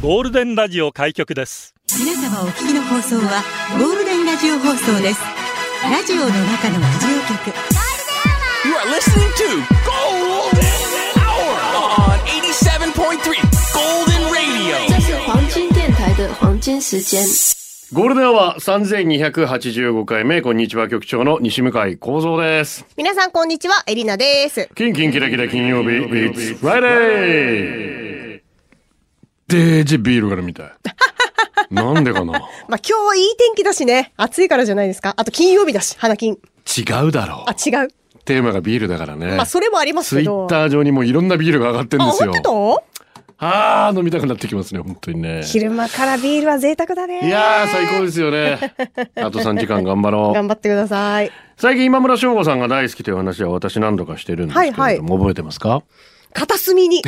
ゴールデンラジオ開局です皆様お聞きの放送はゴールデンラジオ放送ですラジオの中のラジオ局 You are listening to Golden Hour on 87.3 Golden Radio. 这是黄金电台的黄金时间。ゴールデンは三千二百八十五回目こんにちは局長の西向井光三です。皆さんこんにちは、エリナです。キンキンキラキラ金曜日 It's Friday。デージビールが見た い。なんでかな。まあ今日いい天気だしね、暑いからじゃないですか。あと金曜日だし、花金。違うだろあ、違う。う。テーマがビールだからね。まあそれもありますツけイど。ッター上にもいろんなビールが上がってるんあ、です本よ。当あー飲みたくなってきますね本当にねだ。昼間からビールは贅沢だね。いやー最高ですよ ね。あと三時間頑張ろう。頑張ってください。最近今村翔吾さんが大好きという話は私何度かしてるんですけれども、はいはい覚えてますか片隅に。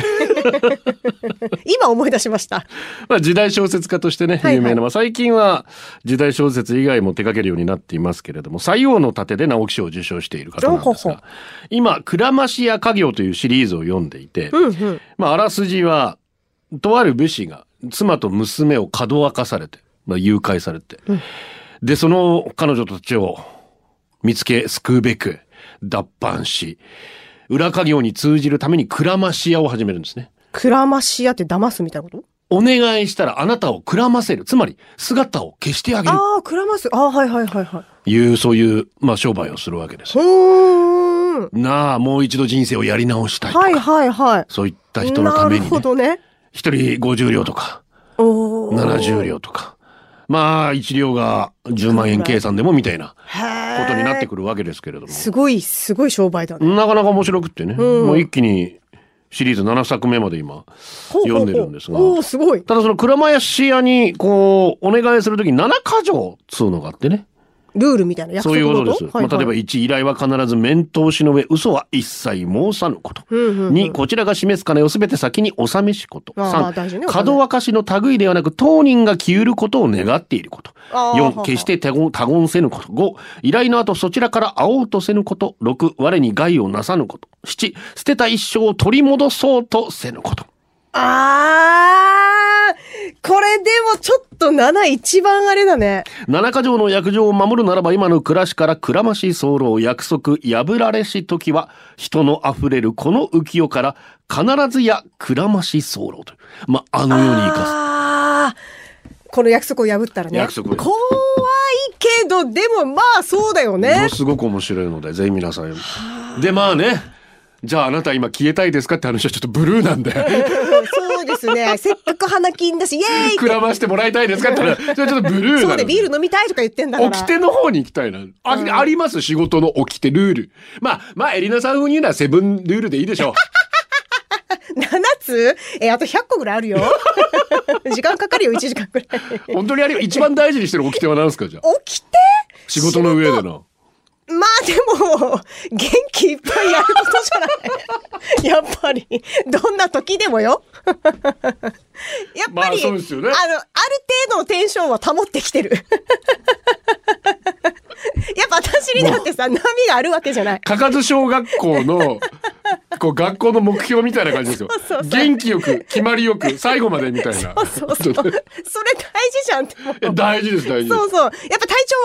今思い出しました。まあ、時代小説家としてね、いはい有名な、まあ、最近は時代小説以外も手掛けるようになっていますけれども、西洋の盾で直木賞を受賞している方なんですほうほうほうが、今、鞍馬市や家業というシリーズを読んでいて、うんうん。まあ、あらすじは、とある武士が妻と娘をかどわかされて、まあ、誘拐されて、で、その彼女たちを見つけ、救うべく脱藩し、裏家業に通じるために鞍馬市屋を始めるんですね。クラマシアって騙すみたいなことお願いしたらあなたをくらませる。つまり、姿を消してあげる。ああ、クラマス。ああ、はいはいはいはい。いう、そういう、まあ、商売をするわけです。ほーん。なあ、もう一度人生をやり直したいとか。はいはいはい。そういった人のために、なるほね。どね。一人50両とか、おお。 70両とか。まあ、一両が10万円計算でもみたいなこことになってくるわけですけれども。すごい、すごい商売だね。なかなか面白くってね。うんもう一気にシリーズ7作目まで今。読んでるんですがほうほうほうおーすごい。ただその倉林屋に、こう、お願いするとき7箇条、つうのがあってね。ルールみたいな約そう束いうこと事です。まあ、例えばはいはい1、依頼は必ず面通しの上、嘘は一切申さぬこと。うんうんうん2、こちらが示す金を全て先に納めしこと。あーまあ3、大事ね門分かしの類ではなく、当人が消えることを願っていること。あーは4、は決して他言他言せぬこと。5、依頼の後そちらから会おうとせぬこと。6、我に害をなさぬこと。7、捨てた一生を取り戻そうとせぬこと。あーこれでもちょっと7一番あれだね。七か条の約定を守るならば今の暮らしからくらまし候約束破られし時は人のあふれるこの浮世から必ずやくらまし候というまああの世に生かあーこの約束を破ったらね。約束を怖いけど、でもまあそうだよす ものね。すごく面白いのでぜひ皆さんでまあねじゃああなた今消えたいですかって話はちょっとブルーなんでそうですね。せっかく花金だし、イエーイくらましてもらいたいですかって話それちょっとブルーなのそうでビール飲みたいとか言ってんだから。掟の方に行きたいな。あ,、あります仕事の掟ルール。まあ、まあ、エリナさん風に言うのはセブンルールでいいでしょう。 7つえあと100個ぐらいある よ。時間かかるよ、1時間ぐらい。本当にあれ一番大事にしてる掟は何ですかじゃあ。起きて仕事の上での。まあでも、元気いっぱいやることじゃないやっぱり、どんな時でもよ。 やっまぱあり、そうですよねあの、ある程度のテンションは保ってきてる。 やっぱ私にだってさ、波があるわけじゃない。 かかず小学校の、こう学校の目標みたいな感じですよ。 そうそう元気よく、決まりよく、最後までみたいな。そうそう。それ大事じゃんって思う。 大事です、大事ですそう。そう。やっぱ体調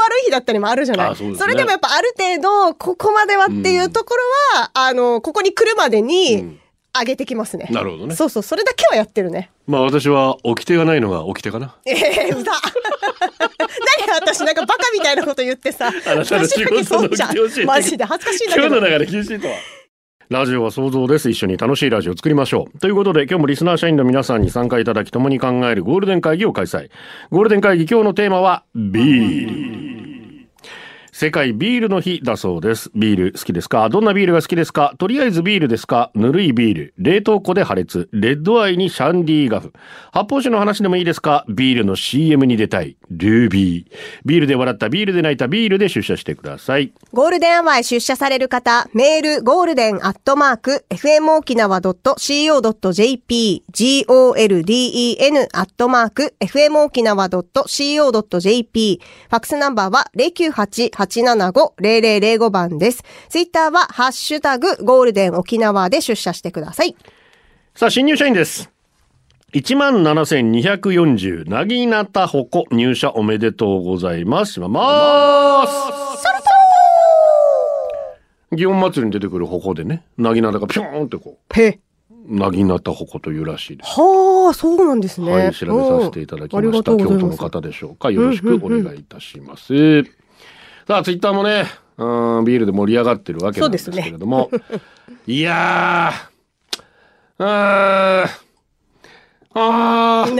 悪い日だったりもあるじゃない。あそうでそすねれでもやっぱある程度、ここまではっていうところは、あの、ここに来るまでに、上げてきますね、なるほどねそうそう。それだけはやってるね。まあ私は、掟がないのが掟かな。ええ 歌。何私なんかバカみたいなこと言ってさ。あなたの仕事の私だけそうじゃん教えてマジで恥ずかしいんだ今日のけど。流れ禁止とは。ラジオは想像です。一緒に楽しいラジオを作りましょう。ということで、今日もリスナー社員の皆さんに参加いただき、共に考えるゴールデン会議を開催。ゴールデン会議、今日のテーマは、ビール。世界ビールの日だそうです。ビール好きですかどんなビールが好きですかとりあえずビールですかぬるいビール。冷凍庫で破裂。レッドアイにシャンディーガフ。発泡酒の話でもいいですかビールの CM に出たい。ルービー。ビールで笑った、ビールで泣いた、ビールで出社してください。ゴールデンアワーへ出社される方、メール、ゴールデンアットマーク、fmokinawa.co.jp、golden アットマーク、fmokinawa.co.jp、ファックスナンバーは0875-0005番です。ツイッターは、ハッシュタグ、ゴールデン沖縄で出社してください。さあ、新入社員です。17,240、なぎなたほこ、入社おめでとうございます。しまーす祇園祭りに出てくるほこでね、なぎなたがピョーンってこへ。う、なぎなたほこというらしいです。はあ、そうなんですね。はい、調べさせていただきまうんありしがた。とう京ござい都まのす方でしょうか。よろしくお願いいたします。さあ、ツイッターもね、うん、ビールで盛り上がってるわけなんですけれども、 いやー、あー、あー、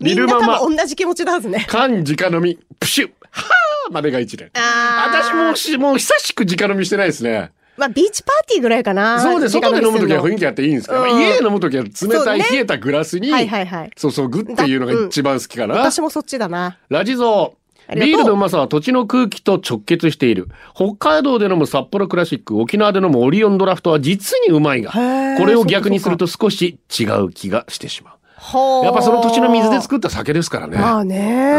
みリんルなママ多分同じ気持ちだはずね。缶直飲み、プシュはーまでが一年。あ私もし、もう久しく直飲みしてないですね。まあ、ビーチパーティーぐらいかな。そうです、外で飲むときは雰囲気。気あっていいんですけど、うん家で飲むときは冷たい、そうね冷えたグラスに、はいはいはい。そうそう、グっていうのが一番好きかな。私もそっちだな。ラジゾあー。りがとうビールのうまさは土地の空気と直結している。北海道で飲む札幌クラシック、沖縄で飲むオリオンドラフトは実にうまいが、へーこれを逆にすると少し違う気がしてしまう。はあやっぱその土地の水で作った酒ですからね。まあね、ん違う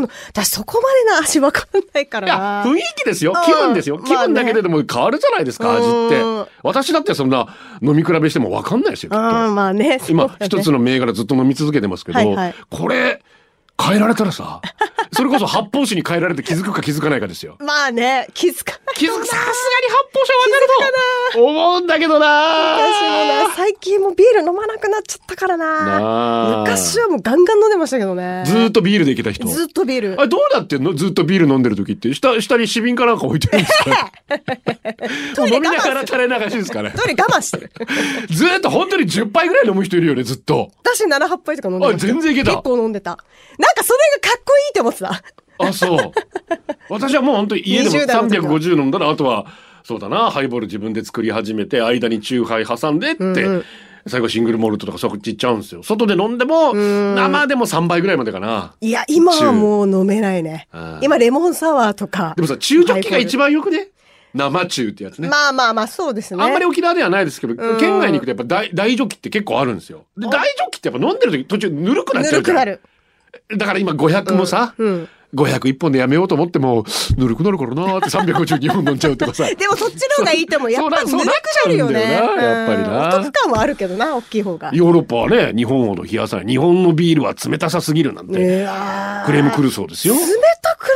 の。私そこまでの味わかんないかいらやな。、雰囲気ですようん。気分ですよ。まあ気ね分だけででも変わるじゃないですか、味うんって。私だってそんな飲み比べしてもわかんないですよ、きっうん、と。まあね。今、一つの。の銘柄ずっと飲み続けてますけどはいはい、これ、変えられたら さ、それこそ発泡酒に変えられて気づくか気づかないかですよ。まあね、気づかない。気づくさすがに発泡酒はわかると思うんだけど私もなね、最近もビール飲まなくなっちゃったからな。なあ昔はもうガンガン飲んでましたけどね。ずーっとビールでいけた人ずっとビールあ。れどうなってんのずっとビール飲んでる時って下下にシビンかなんか置いてるんですか飲みながらトイレ我慢してる。垂れ流しですかねトイレ我慢してる。ずーっと本当に10杯ぐらい飲む人いるよねずっと私7、8杯とか飲んでたあ全然いけた結構飲んでた。なんかそれがかっこいいって思ってた。あ そう私はもう本当に家でも20代の時は350飲んだらあとはそうだなハイボール自分で作り始めて間にチューハイ挟んでって、うんうん最後シングルモルトとかそっち行っちゃうんですよ外で飲んでも生でも3杯ぐらいまでかないや、今はもう飲めないねうん。今、レモンサワーとか。でもさ、中ジョッキが一番よくね。生中ってやつね。まあまあまあ、そうですね。あんまり沖縄ではないですけど、県外に行くとやっぱ大大ジョッキって結構あるんですよ。で大ジョッキってやっぱ飲んでる時途中ぬるくなっぬちゃるうじくゃん。なる。だから今500もさ、うん。 500一本でやめようと思っても、ぬるくなるからなーって352本飲んじゃうとか さ。でもそっちの方がいいと思う。やっそうぱりぬそうるくななるよね。そうなっちゃうんだよなやっぱりなうんお得感はあるけどな、大きい方が。 ヨーロッパはね、日本ほど冷やさない。日本のビールは冷たさすぎるなんて、いやクレーム来るそうですよ冷。たくない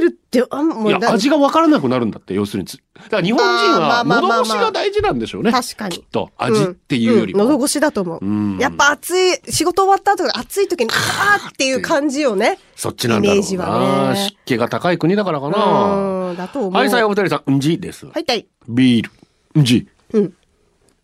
ビールって、あんもいうや、だ味がわからなくなるんだって、要するにつ。だから日本人あはーまあまあまあまあ喉越しが大事なんでしょうね。確かにきっと、味っていうよりも。んん喉越しだと思うんう。やっぱ暑い、仕事終わった後が暑い時に、あーっていう感じをね。そっちなんだろうイな。メージはね湿気が高い国だからかな。うん、だと思う。はい、最後、お二人さん、うんじです。はい、たい。ビール、うんじ。うん。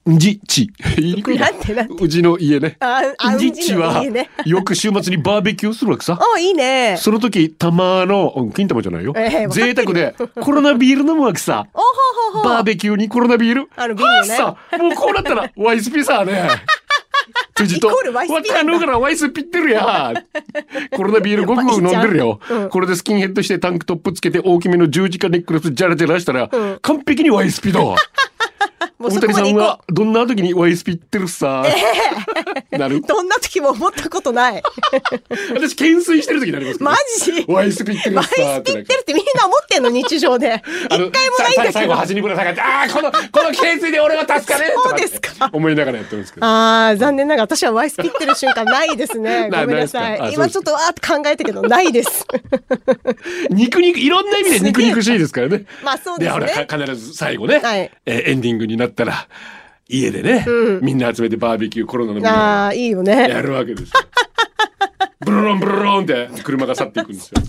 うんじち。言いにくいな。 なんてな んうじの家ね。ああうんじちはうんじの家ね、よく週末にバーベキューするわけさ。おいいね。その時、たまの、うん金玉じゃないよええわかっ。贅沢で、コロナビール飲むわけさ。おほほほ。バーベキューにコロナビール。あのビールねはあさ、もうこうなったら、ワイスピさね。辻と、イコールワイスピわなかんだるからワイスピってるや。コロナビールごくごく飲んでるよ。これでスキンヘッドしてタンクトップつけて大きめの十字架ネックレスジャラジャラしたら、完璧にワイスピだ。も大うそこ谷まさでん行こはどんな時にワイスピってるさ。なるう。。どんな時も思ったこ とない。私、懸垂してる時になりますけどマジワイスピってるマイさスピーっっててるなっんか。てみんな思ってんの、日常で。一回もないんさだけ最ど後。端にぶら下がって、ああ、この、この懸垂で俺は助かれるとってそうですか思いながらやってるんですけど。ああ、残念ながら私はワイスピってる瞬間ないですね。 なごめんなさないい。ですかあ今ちょっとわーって考えたけど、な いです。肉肉、いろんな意味で肉肉しいですからね。まあそうですねで、ほら、か必ず最後ね、はいえーエンディングになったら、家でね、みんな集めてバーベキュー、コロナのみんなああ、いいよでやね。るわけですよ。ブロロンブロロンって車が去っていくん ですよ。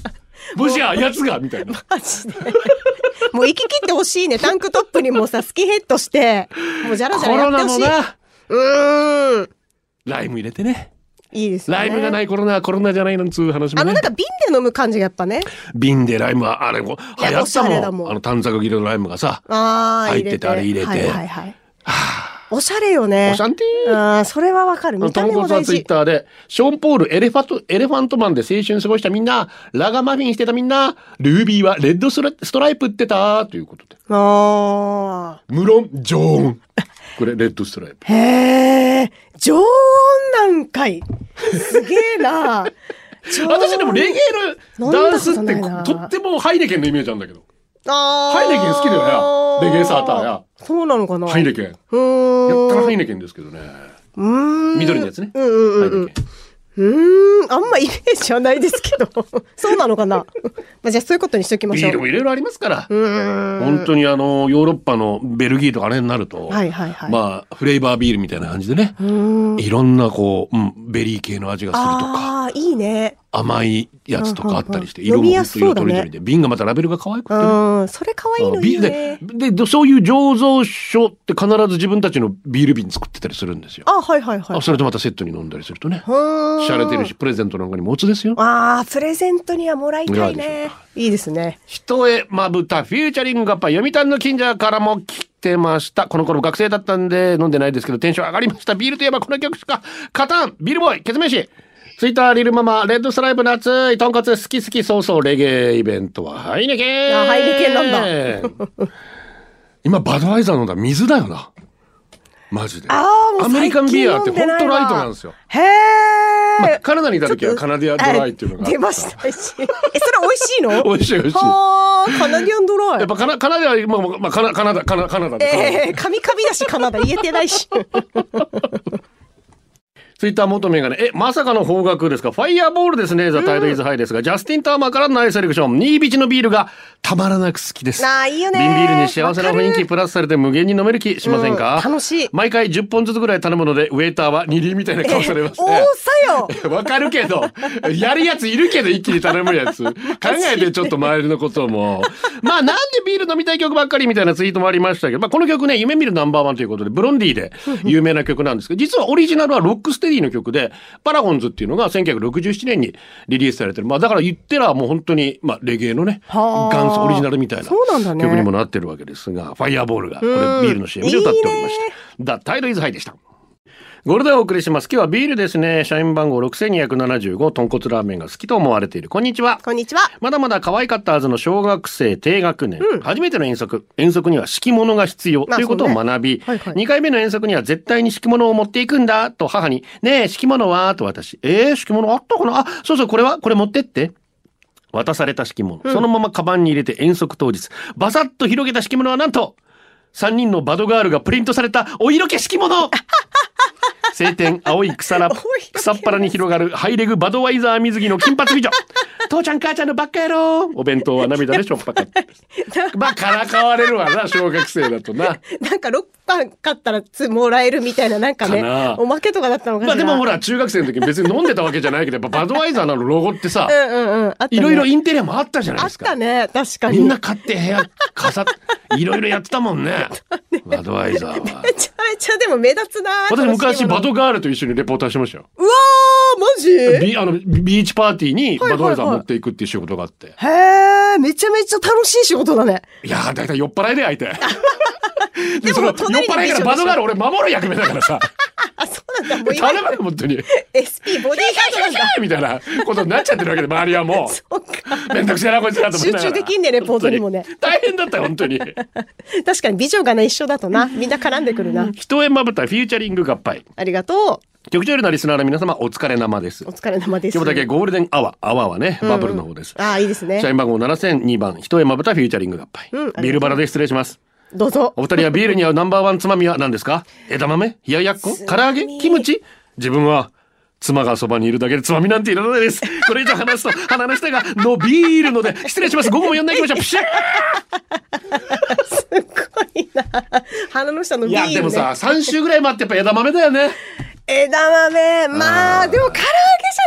もしや、やつがみたいな。マジで。もう行き切ってほしいね。タンクトップにもうさ、スキンヘッドして、もうじゃらじコゃらやロってナほしもい。な、うーん。ライム入れてね。いいですよね。ライムがないコロナはコロナじゃないなんつう話もあねの、なんか瓶で飲む感じがやっぱね。瓶でライムは、あれも、流行やったおしゃれだもん。もんあの、短冊切りのライムがさ、ああ、入入ってれてて。あれ入れてはいはいはい。おしゃれよね。おしゃんてーああ、それはわかる。見た豚目も骨は大ツイッ事。ターで、ショーン・ポールエレファト、エレファントマンで青春過ごしたみんな、ラガマフィンしてたみんな、ルービーはレッドスラストライプってたということで。ああ。無論、ジョーン。これ、レッドストライプ。へえ、常温なんかい。すげえな。 私でもレゲエのダンスって飲んだことないなとってもハイネケンのイメージなんだけど。あハイネケン好きだよやレゲエサーターや。そうなのかなハイネケン。やっうーん。たらハイネケンですけどね。うーん。緑のやつね。うんうんうんうんハイネケンうーん。あんまイメージはないですけど。 そうなのかなまあじゃあそういうことにしときまビしょう。ールもいろいろありますから。うーん。本当にあの、ヨーロッパのベルギーとかあれになると、はいはいはいまあ、フレーバービールみたいな感じでね、いろんなこう、うん、ベリー系の味がするとか、ああ、いいね。甘いやつとかあったりして、うんうんうん色も本当色と飲みりやすそうだねどりで、瓶がまたラベルが可愛くてうね、ん。それ可愛いのいビいーね。ルでで、そういう醸造所って必ず自分たちのビール瓶作ってたりするんですよ。あ、はいはいはい。あそれとまたセットに飲んだりするとね、うーん。しゃれてるし、プレゼントなんかにもおつですよ。ああ、プレゼントにはもらいたいいかがでしょうね。いいですね。人へまぶたフューチャリングアッパー読谷の近所からも来てましたこの頃学生だったんで飲んでないですけどテンション上がりましたビールといえばこの曲しか勝たんビールボーイケツメイシツイッターリルママレッドストライプの熱いとんかつ好き好きそうそうレゲエイベントはハイネケンあハイネケンなんだ 今バドワイザー飲んだ水だよなマジでああ、もうアメリ最カンビ近ア飲っんてで本ない当わライトなんですよ、へまあえ。カナダにいた時はカナディアンドライっていうのがあっ出ました。美味しい。え、それ美味しいの 美味しい美味しいはあ、カナディアンドライ。やっぱカナカナダは、まあまあまあ、カナカナダカナカナダで、ええー、カミカミだし、カナダ言え てないし。ツイッター元メガネ、え、まさかの方角ですかファイヤーボールですね、ザ・タイル・イズ・ハイですが、ジャスティン・ターマーからのナイスセレクション、ニービチのビールがたまらなく好きです。なあ、いいよね。瓶ビールに幸せな雰囲気わかるプラスされて無限に飲める気しませんか、うん楽しい毎回10本ずつぐらい頼むので、ウェイターは二輪みたいな顔されますおね。おさ よわかるけど、やるやついるけど一気に頼むやつ。考えてちょっと周りのことも。まあなんでビール飲みたい曲ばっかりみたいなツイートもありましたけど、まあこの曲ね、夢見るナンバーワンということで、ブロンディで有名な曲なんですけど、実はオリジナルはロックステディの曲で、パラゴンズっていうのが1967年にリリースされてる。まあだから言ってらもう本当に、まあレゲエのね、はあ元祖オリジナルみたいなそうなんだね曲にもなってるわけですが、ファイヤーボールがこれビールの CM で歌っておりました。だタイルイズハイでした。ゴールドでお送りします。今日はビールですね。社員番号6275、豚骨ラーメンが好きと思われている。こんにちは。こんにちは。まだまだ可愛かったはずの小学生低学年、初めての遠足遠足には敷物が必要まあということをそうね学び、はいはい2回目の遠足には絶対に敷物を持っていくんだと母に「ねえ敷物は?」と私「えー、敷物あったかなあそうそうこれはこれ持ってって」渡された敷物、そのままカバンに入れて遠足当日バサッと広げた敷物はなんと3人のバドガールがプリントされたお色気敷物晴天青い草らお色気草っ腹に広がるハイレグバドワイザー水着の金髪 美女父ちゃん母ちゃんのばっかやろお弁当は涙でしょっぱかったですまあからかわれるわな小学生だと ななんか6番買ったらつもらえるみたいな、なんかねかな、おまけとかだったのかしまあら。でもほら中学生の時別に飲んでたわけじゃないけどやっぱバドワイザーなのロゴってさうんうんうん。あったねいろいろインテリアもあったじゃないあでっすかたね、確かに。みんな買って部屋 飾っていろいろやってたもんねバドワイザーはめちゃめ ちゃでも目立つな私昔バうわドガールと一緒にレポーターしてましたよー、マジへビあのビーチパーティーにバドワイザー持っていくっていう仕事があって、いえ、めちゃめちゃ楽しい仕事だね。やーだいたい酔っ払いで相 手ででもその酔っ隣に払いからバドガール俺守る役目だからさあ、そうなんだ。もう今頼むよ本当 に SP ボディーガードなんだ。みたいなことになっちゃってるわけで周りはもうそっか。めんどくせえなこいつらと思いながら集中できんねレポートにもね本当に大変だったよ本当に確かに美女がね、一緒だとな。みんな絡んでくるな。人へまぶたフューチャリング合杯ありがと局長よりのリスナーの皆様お疲れ生ですう。お疲れ様です。今日だけゴールデンアワーアワーはねバブルの方です、ああ、いいですね社。員番号7002番人へまぶたフューチャリング合杯、うんありがとうビールバラで失礼しますどうぞ。 お二人はビールに合うナンバーワンつまみは何ですか枝豆冷ややっこ唐揚げキムチ自分は妻がそばにいるだけでつまみなんていらないです。これ以上話すと鼻の下が伸びるので、失礼します。午後も呼んでいきましょう。プシューすっごいな。鼻の下のいビール、や、ね。でもさ、3週ぐらい待ってやっぱ枝豆だよね。枝豆。まあ、でも唐揚げ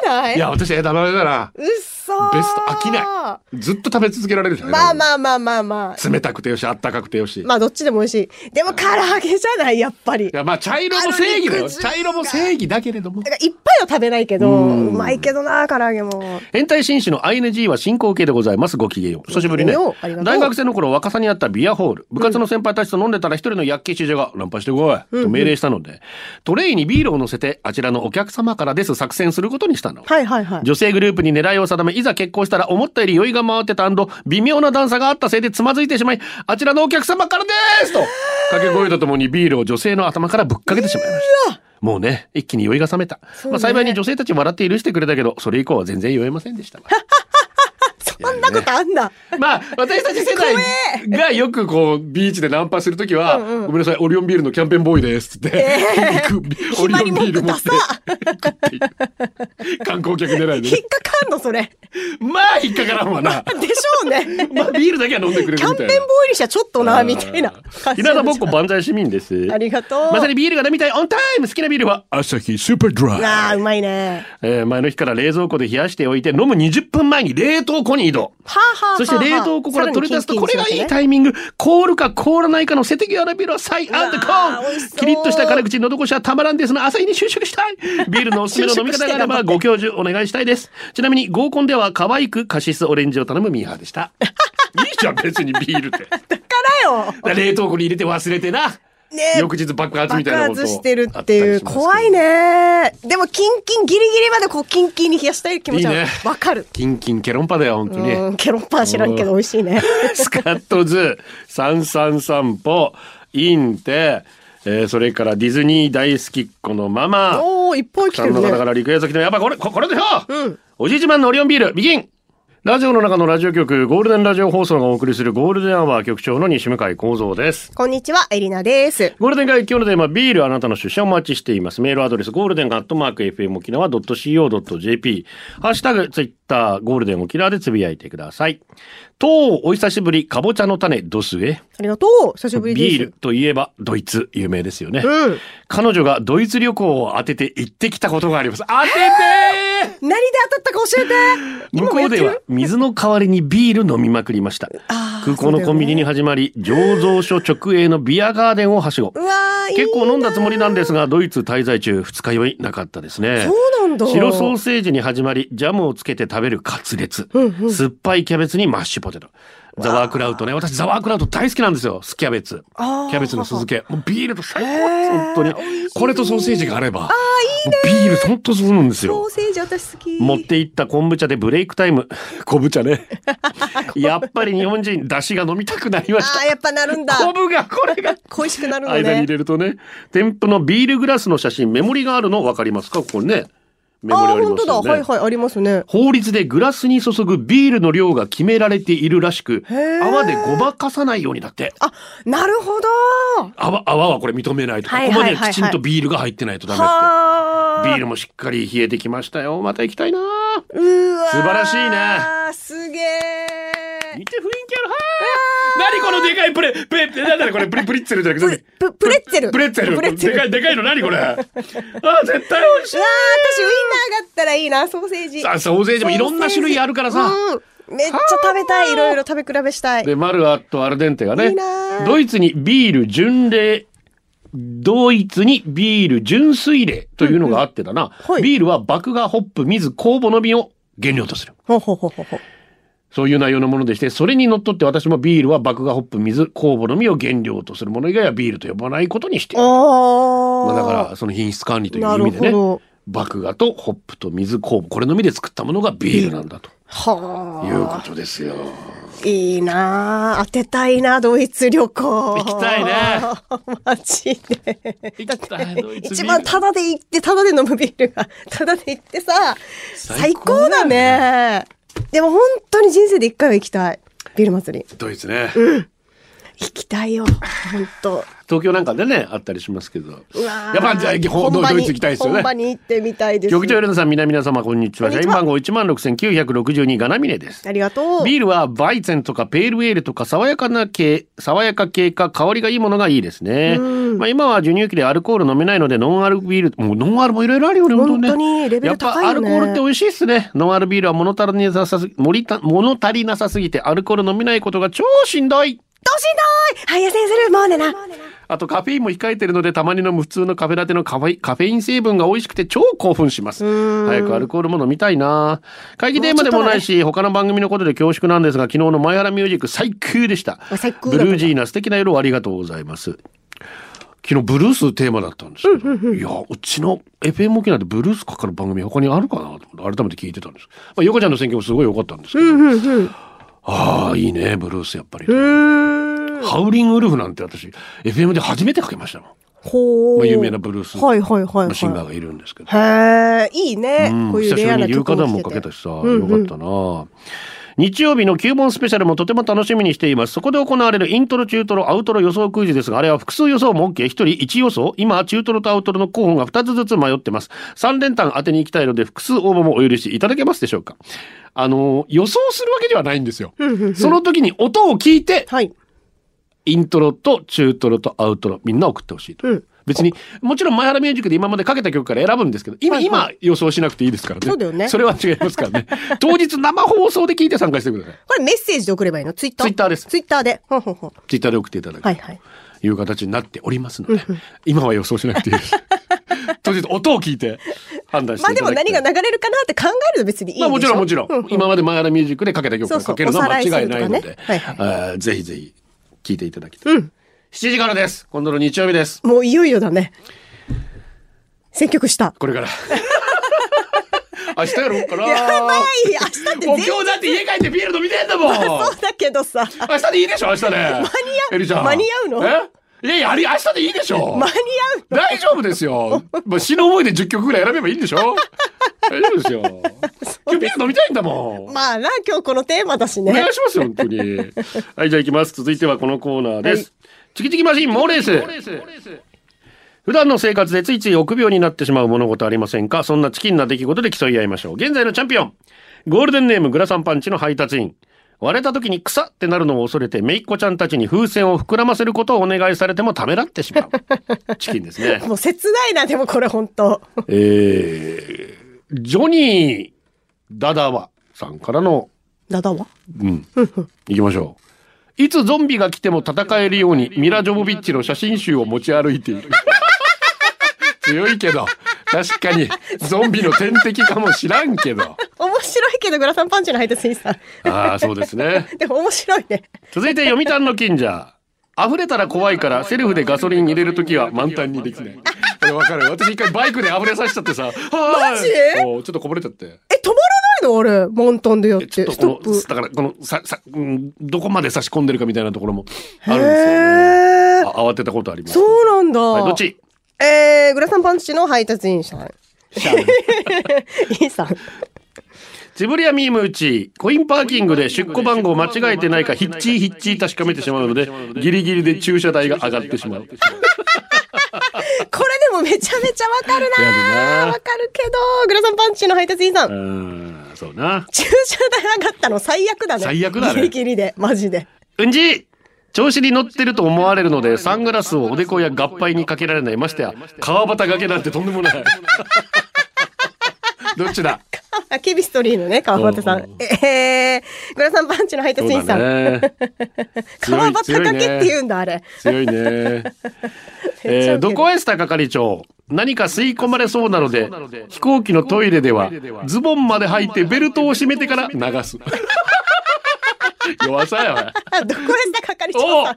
じゃないいや、私枝豆だな。うっそー。ベスト飽きない。ずっと食べ続けられるじゃないまあまあまあまあまあ。冷たくてよし、あったかくてよし。まあどっちでも美味しい。でも唐揚げじゃない、やっぱり。いや、まあ茶色も正義だあのよ。肉汁茶色も正義だけれどもだ。からいっぱいは食べないけど、うまいけどな、唐揚げも。変態紳士の ING は進行形でございます。ごきげんよう。久しぶりねごきげんようありがと。う大学生の頃、若さにあったビアホール。部活の先輩たちと飲んでたら一人のヤッキー師匠が、ナンパしてこいと命令したので、トレイにビールを乗せて、あちらのお客様からです作戦することにしたの。はいはいはい。女性グループに狙いを定め、いざ結婚したら思ったより酔いが回ってた微妙な段差があったせいでつまずいてしまい、あちらのお客様からですと、掛け声とともにビールを女性の頭からぶっかけてしまいました。もうね、一気に酔いが覚めた。そうねまあ幸いに女性たち笑って許してくれたけど、それ以降は全然酔えませんでしたわ。そんなことあんだ。まあ、私たち世代がよくこう、ビーチでナンパするときは、ごめんなさい、オリオンビールのキャンペーンボーイですって 言って、オリオンビール持って、食っていう観光客狙いで引っ ね。かかんのそれ。まあ、引っかからんわな。 でしょうね。まあ、ビールだけは飲んでくれるみキたいャな。ンペーンボーイにしちゃちょっとな、みたいな感じ稲田ぼっこ万歳市民です。ありがとうまさにビールが飲みたいオンタイム好きなビールは、朝日スーパードあラあ、うイ。まいね。えー前の日から冷蔵庫で冷やしておいて、飲む20分前に冷凍庫に移動。はあ、はあはあ、そして冷凍庫から取り出すと、これがいいタイイミング。凍るか凍らないかのセテキアラビールはサイアンドコわあ美味しそーン。うキリッとした辛口のどこしはたまらん ですの朝日に就職したい。ビールのおすすめの飲み方があれ就職してんだばってご教授お願いしたいです。ちなみに合コンでは可愛くカシスオレンジを頼むミーハーで した。いいじゃん、別にビールって。からよ。冷凍庫に入れて忘れてな。ねえ翌日爆発み爆たいなこと。発してるっていう。怖い。ね。でも、キンキン、ギリギリまでこう、キンキンに冷やしたい気持ちはいいねわかる。キンキンケロンパだよ、本当に。うん、ケロッパー知らんけど美味しいね。 スカットズ、三三散歩、インテ、えーそれからディズニー大好きっ子のママ、おお、いっぱい来さてんるのね。方からリクエスト来ても、やっぱこれ、ここれでしょうん。おじいちまんのオリオンビール、ビギンラジオの中のラジオ局、ゴールデンラジオ放送がお送りするゴールデンアワー局長の西向井幸三です。こんにちは、エリナです。ゴールデン会今日のテーマビールあなたの出社お待ちしています。メールアドレスゴールデンアットマーク FM 沖縄 .co.jp ハッシュタグツイッターゴールデン沖縄でつぶやいてください。とうお久しぶりかぼちゃの種どすえありがとう。久しぶりです。ビールといえばドイツ有名ですよね。うん。彼女がドイツ旅行を当てて行ってきたことがあります。当ててー何で当たったか教えて向こうでは水の代わりにビール飲みまくりました。空港のコンビニに始まり、醸造所直営のビアガーデンをはしごう。わーいいな結構飲んだつもりなんですが、ドイツ滞在中二日酔いなかったですね。そうなんだ白ソーセージに始まり、ジャムをつけて食べるカツレツ。酸っぱいキャベツにマッシュポテト。ザワークラウトね。私ザワークラウト大好きなんですよ。スキャベツ。キあーャベツの酢漬け。もうビールと最へ高ー本当に美味しい。これとソーセージがあれば。もうビール本当そうなんですソよー。セージ私好き持っていった昆布茶でブレイクタイ ム。昆布茶ね。 やっぱり日本人、出汁が飲みたくなりましあーやっぱなるんだた。昆布が、これが。恋しくなるの間に入ねれるとね添付のビールグラスの写真メモリがあるの分かりますかここねメモリあああり本ます当だよね、はいはいありますね法律でグラスに注ぐビールの量が決められているらしくー泡でごまかさないようにだってあなるほど泡泡はこれ認めないとこはいこはいまではいはいはきちんとビールが入ってないとダメってはビーールもしっかり冷えてきましたよまた行きたいなうわー素晴らしいすげ見えて雰囲気あるはー何このでかいプレプレプレなんだろうこれプレプリッツェルじゃなくてププレッツェルプレッツェルプレッツェルでかいでかいの何これあー絶対美味しういわー私ウインナーがあったらいいなソーセージさあソーセージもいろんな種類あるからさ。うんめっちゃ食べたいいろいろ食べ比べしたいでマルアとアルデンテがねいいなあドイツにビール巡礼ドイツにビール純粋礼というのがあってだな、うんはいビールは麦芽ホップ水酵母のみを原料とするほうほうほうほうほうそういう内容のものでしてそれにのっとって私もビールは麦芽ホップ水酵母のみを原料とするもの以外はビールと呼ばないことにしているあまああ、だからその品質管理という意味でなねるほ麦芽とホップと水酵母これのみで作ったものがビールなんだとはあいうことですよ。いいなあ当てたいなドイツ旅行行きたいね マジで行きたいドイツビール一番タダで行ってタダで飲むビールがタダで行ってさ最高だねでも本当に人生で一回は行きたいビール祭りドイツね、行きたいよ本当東京なんかでねあったりしますけどうわやっぱじゃあほん場ドにイツ行きたいですよね本場に行ってみたいです局長皆さん皆皆様こんにちはこん社にち員は番号16,962ガナミネですありがとうビールはバイゼンとかペールエールとか爽やかな系爽やか系か香りがいいものがいいですね、まあ、今は授乳期でアルコール飲めないのでノンアルビールもうノンアルもいろいろあるよねね本当にレベル高いよねやっぱアルコールって美味しいっすねノンアルビールは物足りなさすぎ物足物足りなさすぎてアルコール飲めないことが超しんどいどうしんどいはい痩せするもうねなあとカフェインも控えてるのでたまに飲む普通のカフェラテのカフェインカフェイン成分が美味しくて超興奮します早くアルコールも飲みたいな会議テーマでもないし、他の番組のことで恐縮なんですが昨日の「前原ミュージック」最高でしたあ最高だブルージーな素敵な夜をありがとうございます昨日ブルーステーマだったんですけど、いやうちの FM 沖縄でブルースかかる番組他にあるかなと思って改めて聞いてたんです、まあ、ヨコちゃんの選挙もすごい良かったんですけど、ああいいねブルースやっぱり、ハウリングウルフなんて私 FM で初めてかけましたもんほう。まあ有名なブルースはいはいはい、はい。シンガーがいるんですけど、へえ、いいね。うんこういう久しレぶアりなに曲流を聴け歌て弾もかけたしさ、うんうんよかったな日曜日の9問スペシャルもとても楽しみにしています。そこで行われるイントロ、中トロ、アウトロ予想クイズですが、あれは複数予想も OK、1人1予想。今、中トロとアウトロの候補が2つずつ迷ってます。3連単当てに行きたいので、複数応募もお許しいただけますでしょうかあの、予想するわけではないんですよ。うんうんうんその時に音を聞いて、はい。イントロと中トロとアウトロ、みんな送ってほしいと。うん別に、もちろん、前原ミュージックで今までかけた曲から選ぶんですけど、今、はいは今予想しなくていいですからね。そうだよねれは違いますから ね。当日生放送で聞いて参加してください。これメッセージで送ればいいのツイッター。 Twitter ですツイッターで。ほんほんほん。ツイッターで送っていただくとはいはい。いう形になっておりますので、今は予想しなくていい です。当日、音を聞いて判断していただきまたあいでも何が流れるかなって考えると別にいいでしまょあもちろんもちろん、う今まで前原ミュージックでかけた曲そをうそかうけるのは間違いないのおさらいするでとかねはいあーぜひぜひ聞いていただきたい、7時からです今度の日曜日ですもういよいよだね。選曲した。これ から。明日やろうかな。やばい明日ってもう全今日だって家帰ってビール飲みてえんだもん。 そうだけどさ。明日でいいでしょ明日で。間に合う間に合うのえ？いやいやあり明日でいいでしょ。 間に合う大丈夫ですよ。まあ死ぬ思いで10曲ぐらい選べばいいんでしょ。大丈夫で すよ。今日ビール飲みたいんだもん。まあな、今日このテーマだしお願ねい。しますよ本当に。はいじゃあ行きます。続いてはこのコーナーです。チキチキマシンモーレース。普段の生活でついつい臆病になってしまう物事ありませんかそんなチキンな出来事で競い合いましょう。現在のチャンピオン。ゴールデンネームグラサンパンチの配達員。割れた時に草ってなるのを恐れて、めいっ子ちゃんたちに風船を膨らませることをお願いされてもためらってしま う。チキンですね。もう切ないな、でもこれ本当。えー、ジョニー・ダダワさんからのだだわ。 うん。行きましょう。いつゾンビが来ても戦えるようにミラ・ジョボビッチの写真集を持ち歩いている。 強いけど、確かにゾンビの天敵かもしらんけど。面白いけど、グラサンパンチの配達員さん。ああ、そうですね。でも面白いね。続いて、読谷の近所。溢れたら怖いから、セルフでガソリン入れるときは満タンにできない。これわかる。私一回バイクで溢れさせちゃってさ。マジもうちょっとこぼれちゃって。え、止まらないのあれ、満タンでやっちて。ょっとストこッの、プ。だからこの、さ、さ、うんどこまで差し込んでるかみたいなところもあるんですよね。へえ。あ慌てたことあります。そうなんだ。はい、どっちえー、グラサンパンチの配達員さん。 インさん。ジブリアミームうち、コインパーキングで出庫番号間違えてないか、ヒッチーヒッチー確かめてしまうので、ギリギリで駐車代が上がってしまこう。れでもめちゃめちゃわかるなやるなわかるけど、グラサンパンチの配達員さ。うんん、そうな。駐車代上がったの最悪だね。最悪だねギリギリで、マジで。うんじ調子に乗ってると思われるので、サングラスをおでこや合杯にかけられない。ましてや、川端がけなんてとんでもない。どっち だあ、ケビストリーのね、川端さ。おうんえー、グラサンパンチの配達員さん。ね。川端強いか強けいっねて言うんだ、あれ。強 いね。めっちゃえーウケるどこへした係長何か吸い込まれそうなので飛行機のトイレではズボンまで履いてベルトを締めてから流 す弱さやあ、どこへした係お長いおう さん。で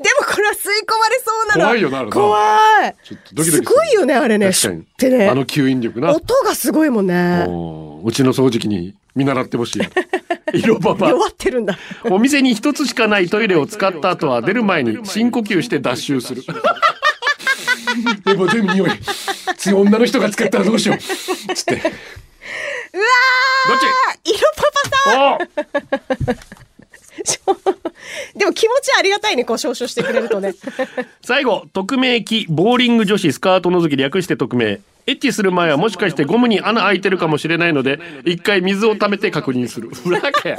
もこれは吸い込まれそうなの。怖いよなあれな怖い。ちょっとドキドキするすごいよね、あれね。確かにってね。あの吸引力な音がすごいもんね。おうちの掃除機に見習ってほ しい色パパ弱ってるんだ。お店に一つしかないトイレを使った後は出る前に深呼吸して脱臭する。でも全部 匂い。強い女の人が使ったらどうしよう。つって。うわどっー色パパさんち でも気持ちありがたいね、こう、招集してくれると ね。最後、匿名機、ボーリング女子、スカートのぞき、略して匿名。エッチする前はもしかしてゴムに穴開いてるかもしれないので、一回水を溜めて確認する。裏かや。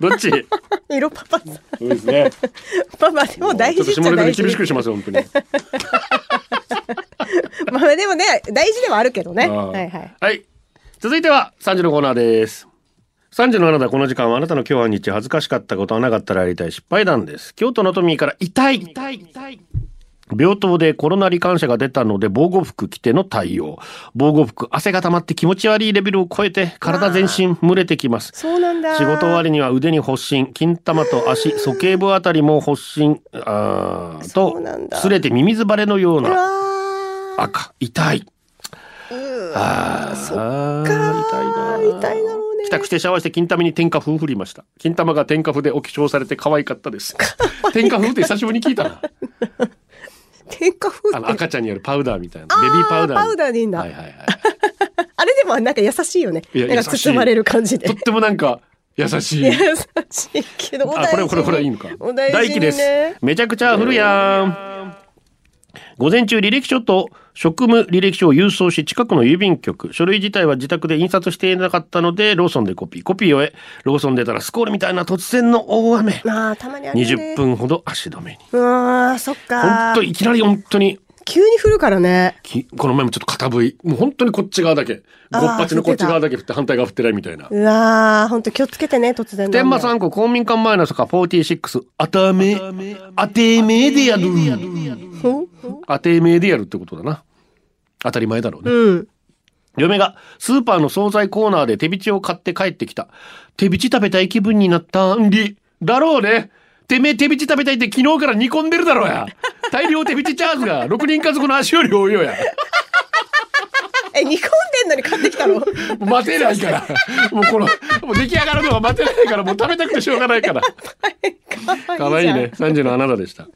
どっちそ色パパさん。うですね。まあまあ、でも大事っちちょっと下ゃネタ大で事厳。しくしますよ、本当に。まあまあ、でもね、大事ではあるけどね。ああはいはい。はい。続いては3時のコーナーです。3時のあなた、この時間はあなたの今日は日恥ずかしかったことはなかったらやりたい失敗談です。京都のトミーから痛い痛い痛い病棟でコロナ罹患者が出たので防護服着ての対応。防護服、汗が溜まって気持ち悪いレベルを超えて体全身蒸れてきます。そうなんだ。仕事終わりには腕に発疹金玉と足鼠径部あたりも発疹あーそうなんとだすれてミミズバレのよううわな赤痛いあーあーー。痛いな痛いだろうね帰。宅してシャワーして金玉に天下風振りました金玉 が天下風でお化粧されて可愛かったです天下風って久しぶりに聞いたな添加風あのって赤ちゃんにやるパウダーみたいなあーベビーパウダーパウダーでいいんだはいはいはいあれでもなんか優しいよねいやなんか包まれる感じでとってもなんか優しい優しいけ どおあ大これ事にこれこれいいのかお大大事輝にですねめちゃくちゃ降るやん午前中履歴書と職務履歴書を郵送し近くの郵便局書類自体は自宅で印刷していなかったのでローソンでコピーコピーを終えローソン出たらスコールみたいな突然の大雨まあたまにあるよね20分ほど足止めにうわーそっか本当いきなり本当に急に降るからねきこの前もちょっと片ぶいもう本当にこっち側だけごあーっぱちのこっち側だけ振って反対側振ってないみたいなうわー本当気をつけてね突然の天雨馬三個公民館前の坂46あためあてめでやるほん当て名でやるってことだな当たり前だろうね、うん嫁がスーパーの惣菜コーナーで手びちを買って帰ってきた手びち食べたい気分になったんりだろうねてめえ手びち食べたいって昨日から煮込んでるだろうや大量手びちチャーズが6人家族の足より多いよやえ煮込んでんのに買ってきたの もう待てないからもうこのもう出来上がるのが待てないからもう食べたくてしょうがないからか可愛いね。三十のあなたでした。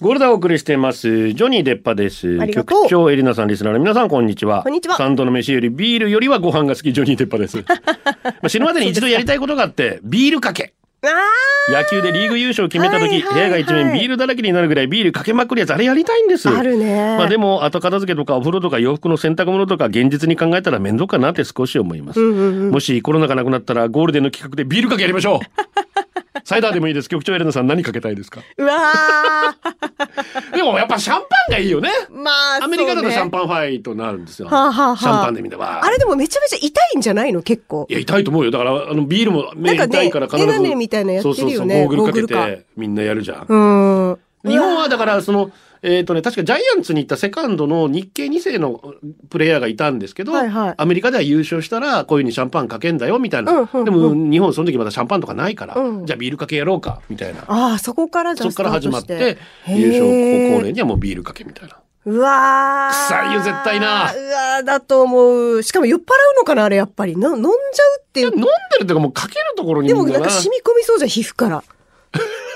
ゴールドをお送りしています。ジョニーデッパです。ありがとう局長エリナさん、リスナーの皆さん、こんにちは。こんにちは三度の飯よりビールよりはご飯が好き、ジョニーデッパ です。まあ、死ぬまでに一度やりたいことがあって、ビールかけ。あー野球でリーグ優勝を決めた時、はいはいはい部屋が一面ビールだらけになるぐらいビールかけまくるやつ、あれやりたいんです。あるねまあでも後片付けとかお風呂とか洋服の洗濯物とか現実に考えたら面倒かなって少し思います、もしコロナがなくなったらゴールデンの企画でビールかけやりま しょうサイダーでもいいです局長エレナさん何かけたいですかうわ ーでもやっぱシャンパンがいいよねまあアメリカだとシャンンパンファイトになるんですよ、はあはあはあシャンパンでみんなわーあれでもめちゃめちゃ痛いんじゃないの結構いや痛いと思うよだからあのビールも目なんかね痛いから必ずメガネみたいなやってるよねそうそうそうゴーグルゴかーグけてみんなやるじゃんうんう日本はだからそのえっ、とね確かジャイアンツに行ったセカンドの日系2世のプレイヤーがいたんですけど、はいはいアメリカでは優勝したらこういうふうにシャンパンかけんだよみたいな、うんうんうんでも日本その時まだシャンパンとかないから、うんじゃあビールかけやろうかみたいなああそこからじゃそあこから始まっスターてトして優勝へー高校年にはもうビールかけみたいなうわー臭いよ絶対なうわーだと思うしかも酔っ払うのかなあれやっぱりな飲んじゃうっていでう飲んでるとかもうかけるところにでみもんななんなか染み込みそうじゃん皮膚から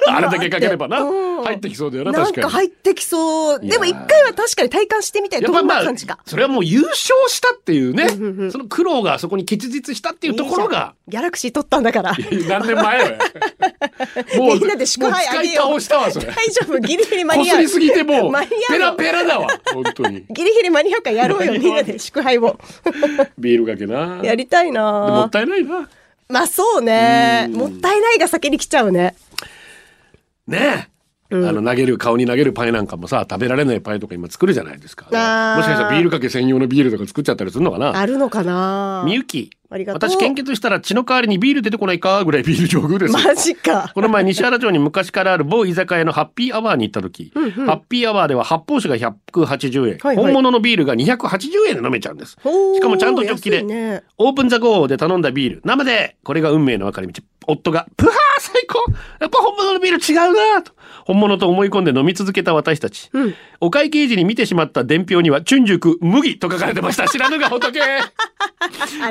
あれだけかければなうん入ってきそうだよななん確かにか入ってきそういやーでも一回は確かに体感してみたいやっどぱんまなあ感じかそれはもう優勝したっていうねうんうんうんその苦労がそこに結実したっていうところがギャラクシー取ったんだから何年前 よ。もう、みんなで祝杯あげようもう使い倒したわ、それ。大こ丈夫ギリギリ間に合すうりすぎてもう間に合、ペうラペラだわ。本当に。ギリギリ間に合うからやろうよみんなで祝杯をビールかけな。やりたいでもなったいないな。まあそうねもったいないが先に来ちゃうねねえ。あの投げる顔に投げるパイなんかもさ食べられないパイとか今作るじゃないですかもしあーかしたらビールかけ専用のビールとか作っちゃったりするのかなあるのかなみゆきありがとう私献血したら血の代わりにビール出てこないかぐらいビール上空ですよマジかこの前、西原町に昔からある某居酒屋のハッピーアワーに行った時、ハッピーアワーでは発泡酒が180円、はいはい本物のビールが280円で飲めちゃうんです。お ーしかもちゃんと直帰で、安いねオープンザゴーで頼んだビール、生で、これが運命の分かれ道。夫が、プハー最高やっぱ本物のビール違うなと。本物と思い込んで飲み続けた私たち。うんお会計時に見てしまった伝票には、春熟麦と書かれてました。知らぬが仏 あら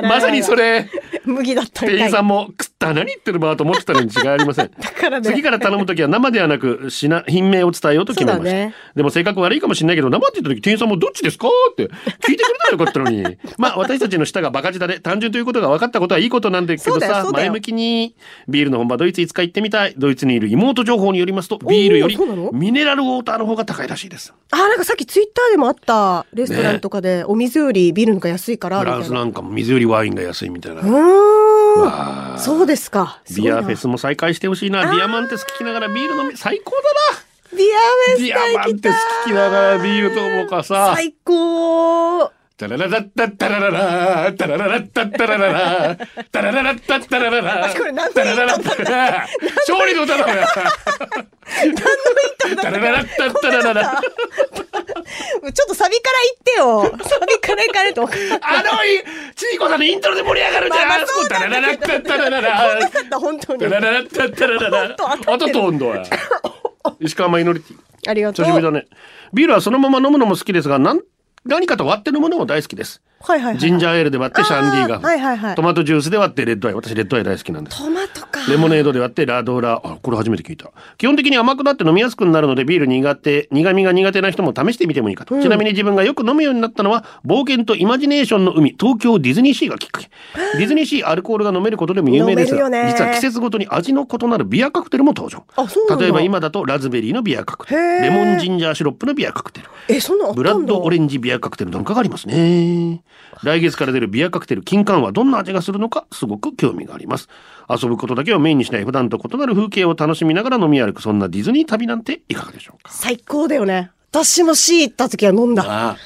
ららまさにそれ。麦だったみ店た員いさだんも、くった、何言ってるばと思ってたのに違いありません。から次ねから頼むときは生ではな く品品名を伝えようと決めました、そうだねでも性格悪いかもしれないけど生って言った時店員さんも「どっちですか?」って聞いてくれたらよかったの にまあ私たちの舌がバカ舌で単純ということが分かったことはいいことなんだけそどうだよさそうだよ前向きにビールの本場ドイツいつか行ってみたいドイツにいる妹情報によりますとビールよりそうなのミネラルウォーターの方が高いらしいですあなんかさっきツイッターでもあったレストランとかでお水よりビールの方が安いからフみたラいンなスなんかも水よりワインが安いみたいなうーんあーそうですかすごいビなアフェスも再開してほしいなビアマンテス聞きながらビール飲み最高だなビアフェビスアマタ行ンきテたスい聞きながらビールと思うかさ最高タラララッタッタラララータラララッタッタラララータラララッタッタラララーこれ何タラの言ラいラッ方タラ勝利の歌だこれ何のタラララッタッタラララちょっとサビから行ってよサビから行かないと分かんない あのいちいこさんのイントロで盛り上がるじゃん、まあまあそうタなララんだラけッどタッタラララ分かった本当にタラララッタッタラララ本当当た音ってると温度は石川マイノリティありが久とうしぶりだねビールはそのまま飲むのも好きですがなん何かと割って飲むのも大好きですはいはいはいジンジャーエールで割ってシャンディーガあーはいはいはフいトマトジュースで割ってレッドアイ私レッドアイ大好きなんですトマトかレモネードで割ってラドラあこれ初めて聞いた基本的に甘くなって飲みやすくなるのでビール苦手苦味が苦手な人も試してみてもいいかと、ちなみに自分がよく飲むようになったのは冒険とイマジネーションの海東京ディズニーシーがきっかけディズニーシーアルコールが飲めることでも有名ですが飲めるよね実は季節ごとに味の異なるビアカクテルも登場あそうなんだ例えば今だとラズベリーのビアカクテへルーレモンジンジャーシロップのビアカクテルえ、そんなのあっブたんだラッドオレンジビアカクテルなんかがありますね。来月から出るビアカクテル金柑はどんな味がするのかすごく興味があります。遊ぶことだけをメインにしない普段と異なる風景を楽しみながら飲み歩くそんなディズニー旅なんていかがでしょうか。最高だよね。私も C 行った時は飲んだ。あ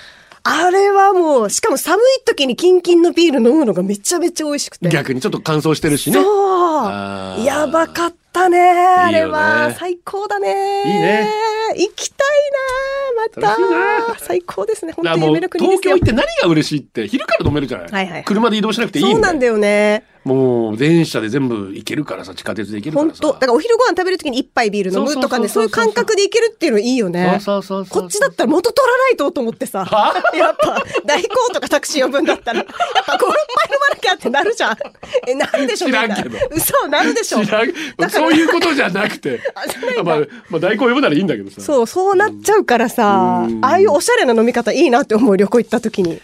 あれはもう、しかも寒い時にキンキンのビール飲むのがめちゃめちゃ美味しくて。逆にちょっと乾燥してるしね。あそーうやばかったね、あれいいよは。ね最高だね。いいね。行きたいなま楽しいた。最高ですね。本当だかにらもう夢の国で東す京よ行っ。て何が嬉しいって昼から飲めるじゃない,、はいはい車で移動しなくていいそうなんだよよね。もう電車で全部行けるからさ地下鉄で行けるから本さ当だからお昼ご飯食べる時に一杯ビール飲むとかね、そそううそそうそういううそう感覚でいけるっていうのいいよね。そうそうそうそうこっちだったら元取らないとと思ってさ。 やっぱ、代行とかタクシー呼ぶんだったら、やっぱ5、6杯飲まなきゃってなるじゃん。え、なるでしょ、み知んらなんけど。嘘、なるでしょ。知らんからそういうことじゃなくてあじゃないんだまあ、まあ、代行呼ぶならいいんだけどさそう、そうなっちゃうからさうん、ああいうおしゃれな飲み方いいなって思う、旅行行った時に。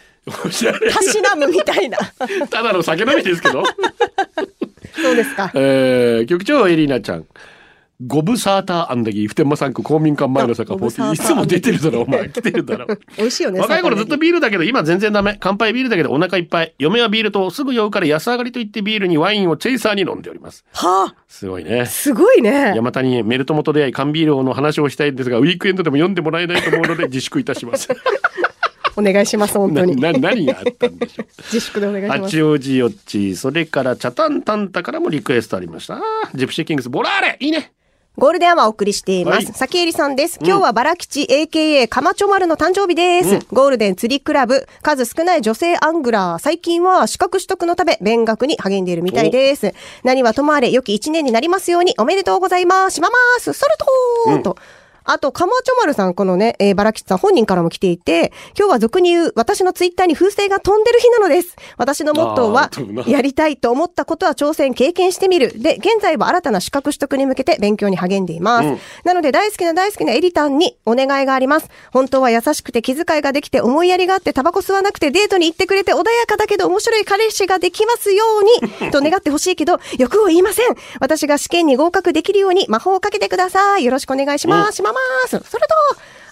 おしゃれたしなむみ たいな。ただの酒飲みです けどそうですか。えー、局長エリーナちゃん。ゴブサーターアンダギー、普天間産区公民館前の坂あゴブサー40。ターいつも出てるだろ、お前。来てるだろ。 美味しいよね。若い頃ずっと魚ねビールだけど今全然ダメ乾杯ビールだけどお腹いっぱい嫁はビールとすぐ酔うから安上がりと言ってビールにワインをチェイサーに飲んでおりますはあ、すごいねすごいね。山谷へメルトモと出会い缶ビールの話をしたいんですがウィークエンドでも読んでもらえないと思うので自粛いたしますお願いします、 本当なに。な何があったんで しょう自粛でお願いします。八王子よっちそれからチャタンタンタからもリクエストありましたあージェプシーキングスボラーレいいねゴールデンはお送りしていまはす。いさきえりさんです。今日はバラ吉 AKA かまちょ丸の誕生日です。ゴールデン釣りクラブ、数少ない女性アングラー。最近は資格取得のため、勉学に励んでいるみたいです。何はともあれ、良き一年になりますように、おめでとうございます。しまます。それとー、と。あと、かまちょまるさん、このね、えー、バラキッさん本人からも来ていて、今日は俗に言う、私のツイッターに風船が飛んでる日なのです。私のモットーあーは飛ぶな、やりたいと思ったことは挑戦、経験してみる。で、現在は新たな資格取得に向けて勉強に励んでいます。なので、大好きな大好きなエリタンにお願いがあります。本当は優しくて気遣いができて、思いやりがあって、タバコ吸わなくてデートに行ってくれて、穏やかだけど面白い彼氏ができますように、と願ってほしいけど、欲を言いません。私が試験に合格できるように魔法をかけてください。よろしくお願いします。しまます。それと、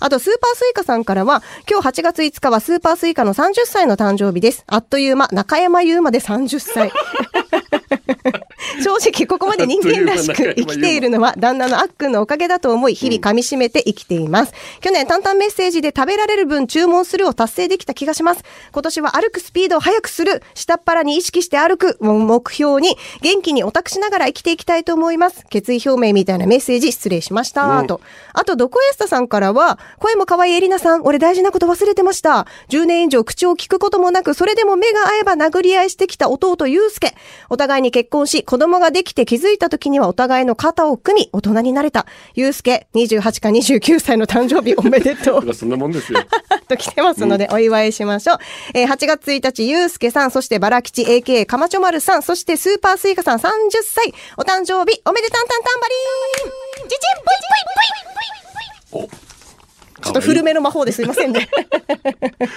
あと、スーパースイカさんからは、今日8月5日はスーパースイカの30歳の誕生日です。あっという間、中山優馬で30歳。正直、ここまで人間らしく生きているのは、旦那のあっくんのおかげだと思い、日々噛み締めて生きています。去年、淡々メッセージで食べられる分注文するを達成できた気がします。今年は歩くスピードを速くする、下っ腹に意識して歩くを目標に、元気にオタクしながら生きていきたいと思います。決意表明みたいなメッセージ失礼しました。と。あと、ドコエスタさんからは、声も可愛いエリナさん、俺大事なこと忘れてました。10年以上口を聞くこともなく、それでも目が合えば殴り合いしてきた弟、ユうスケ。お互いに結婚し、子供ができて気づいた時にはお互いの肩を組み、大人になれた。ユうスケ、28か29歳の誕生日おめでとう。そんなもん ですよと来てますので、お祝いしましょう。えー8月1日、ゆうすけさん、そしてバラ吉 AKA かまちょまるさん、そしてスーパースイカさん30歳、お誕生日、おめでたんたんたんばりーんちちんぽいぽいぽいぽいちょっと古めの魔法ですいません ね。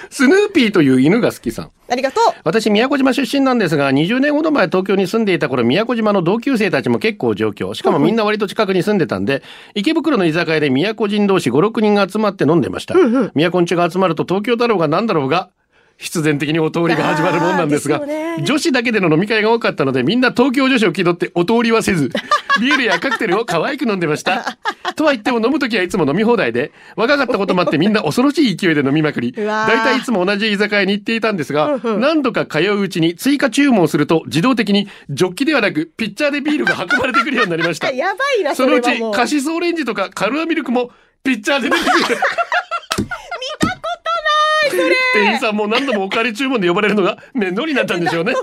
スヌーピーという犬が好きさんありがと私、宮古島出身なんですが、20年ほど前東京に住んでいた頃、宮古島の同級生たちも結構上京。しかもみんな割と近くに住んでたんで、池袋の居酒屋で宮古人同士5、6人が集まって飲んでました。宮古んちが集まると東京だろうが何だろうが、必然的にお通りが始まるもんなんですが、あーですよね女子だけでの飲み会が多かったので、みんな東京女子を気取ってお通りはせず、 ビールやカクテルを可愛く飲んでました。とは言っても飲むときはいつも飲み放題で、若かったこともあってみんな恐ろしい勢いで飲みまくり、うわ大ー体いつも同じ居酒屋に行っていたんですが、何度か通ううちに追加注文すると自動的にジョッキではなくピッチャーでビールが運ばれてくるようになり ましたう。。やばいな、そのそうれはちもう。カシスオレンジとかカルアミルクもピッチャーで出てくる。見たことないそれ店員さんも何度もおかわり注文で呼ばれるのが面倒になったんでし ょうね。絡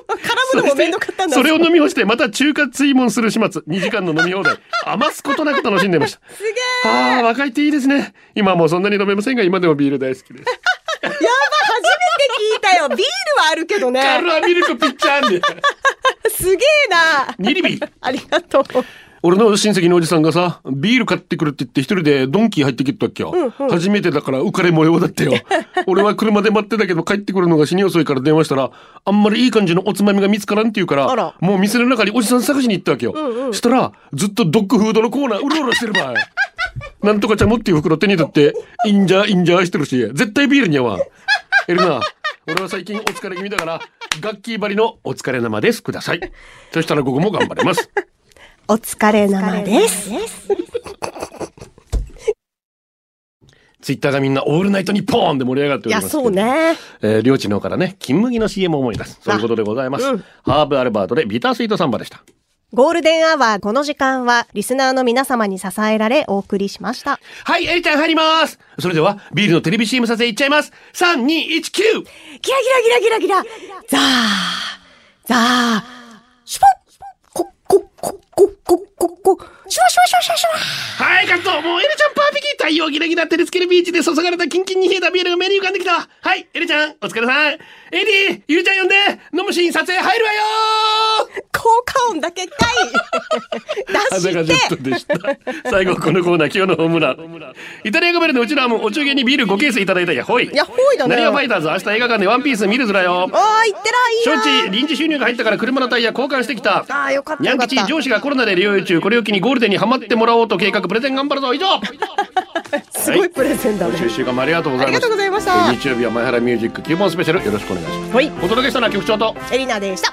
むのも面倒かったんだ。それを飲み干してまた中華追問する始末2時間の飲み放題余すことなく楽しんでま したすげえあー若いっていいですね今はもうそんなに飲めませんが今でもビール大好きです やばい、 初めて聞いたよ。ビールはあるけどね。カルアミルクピッチャーにすすげえなニリビ ありがとう。俺の親戚のおじさんがさ、ビール買ってくるって言って一人でドンキー入ってきたっけよ。初めてだから浮かれ模様だったよ。俺は車で待ってたけど帰ってくるのが死に遅いから電話したら、あんまりいい感じのおつまみが見つからんって言うかあらら、もう店の中におじさん探しに行ったわけよ。したら、ずっとドッグフードのコーナーうろうろしてるばい。なんとかちゃもっていう袋手に取って、インジャーインジャーしてるし、絶対ビールに合わん。エルナ、俺は最近お疲れ気味だから、楽器張りのお疲れ生です。ください。そしたらここも頑張れます。お疲れ様です。ツイッターがみんなオールナイトにポーンで盛り上がっておいりまや、す。そう。ね。えー、領地の方からね、金麦の CM を思い出す。そういうことでございます。うんハーブアルバートでビタースイートサンバでした。ゴールデンアワー、この時間は、リスナーの皆様に支えられ、お送りしました。はい、エリちゃん入りますそれでは、ビールのテレビ CM 撮影いっちゃいます !3、2、1、9! ギラギラギラギラギラザーザーシュポッコッコッコッコッコッコッコッシュワシュワシュワシュワシュワはい、カットもうエリちゃんパーフェキー太陽ギラギラ照りつけるビーチで注がれたキンキンに冷えたビールが目に浮かんできたはい、エリちゃん、お疲れさんエリゆりちゃん呼んで飲むシーン撮影入るわよ効果音 だけか肌い出がジェッしトてでした。最後、このコーナー、今日のホームラン。イタリアカメラのうちらもお中元にビール5ケースいただいたや、ほい。やほいだねなにわファイターズ、明日映画館でワンピース見るずらよお。ー、いってらいい承な知、臨時収入が入ったから車のタイヤ交換してきた。あーよかったニャよンかっ吉た上司がコロナで療養中、これを機にゴールデンにハマってもらおうと計画、プレゼン頑張るぞ、以上すごいプレゼンだね1週間もありがとうございます。ありがとうございましたえー日曜日は前原ミュージック、キューボンスペシャル、よろしくお願いします。はいお届けしたのは局長と。エリナでした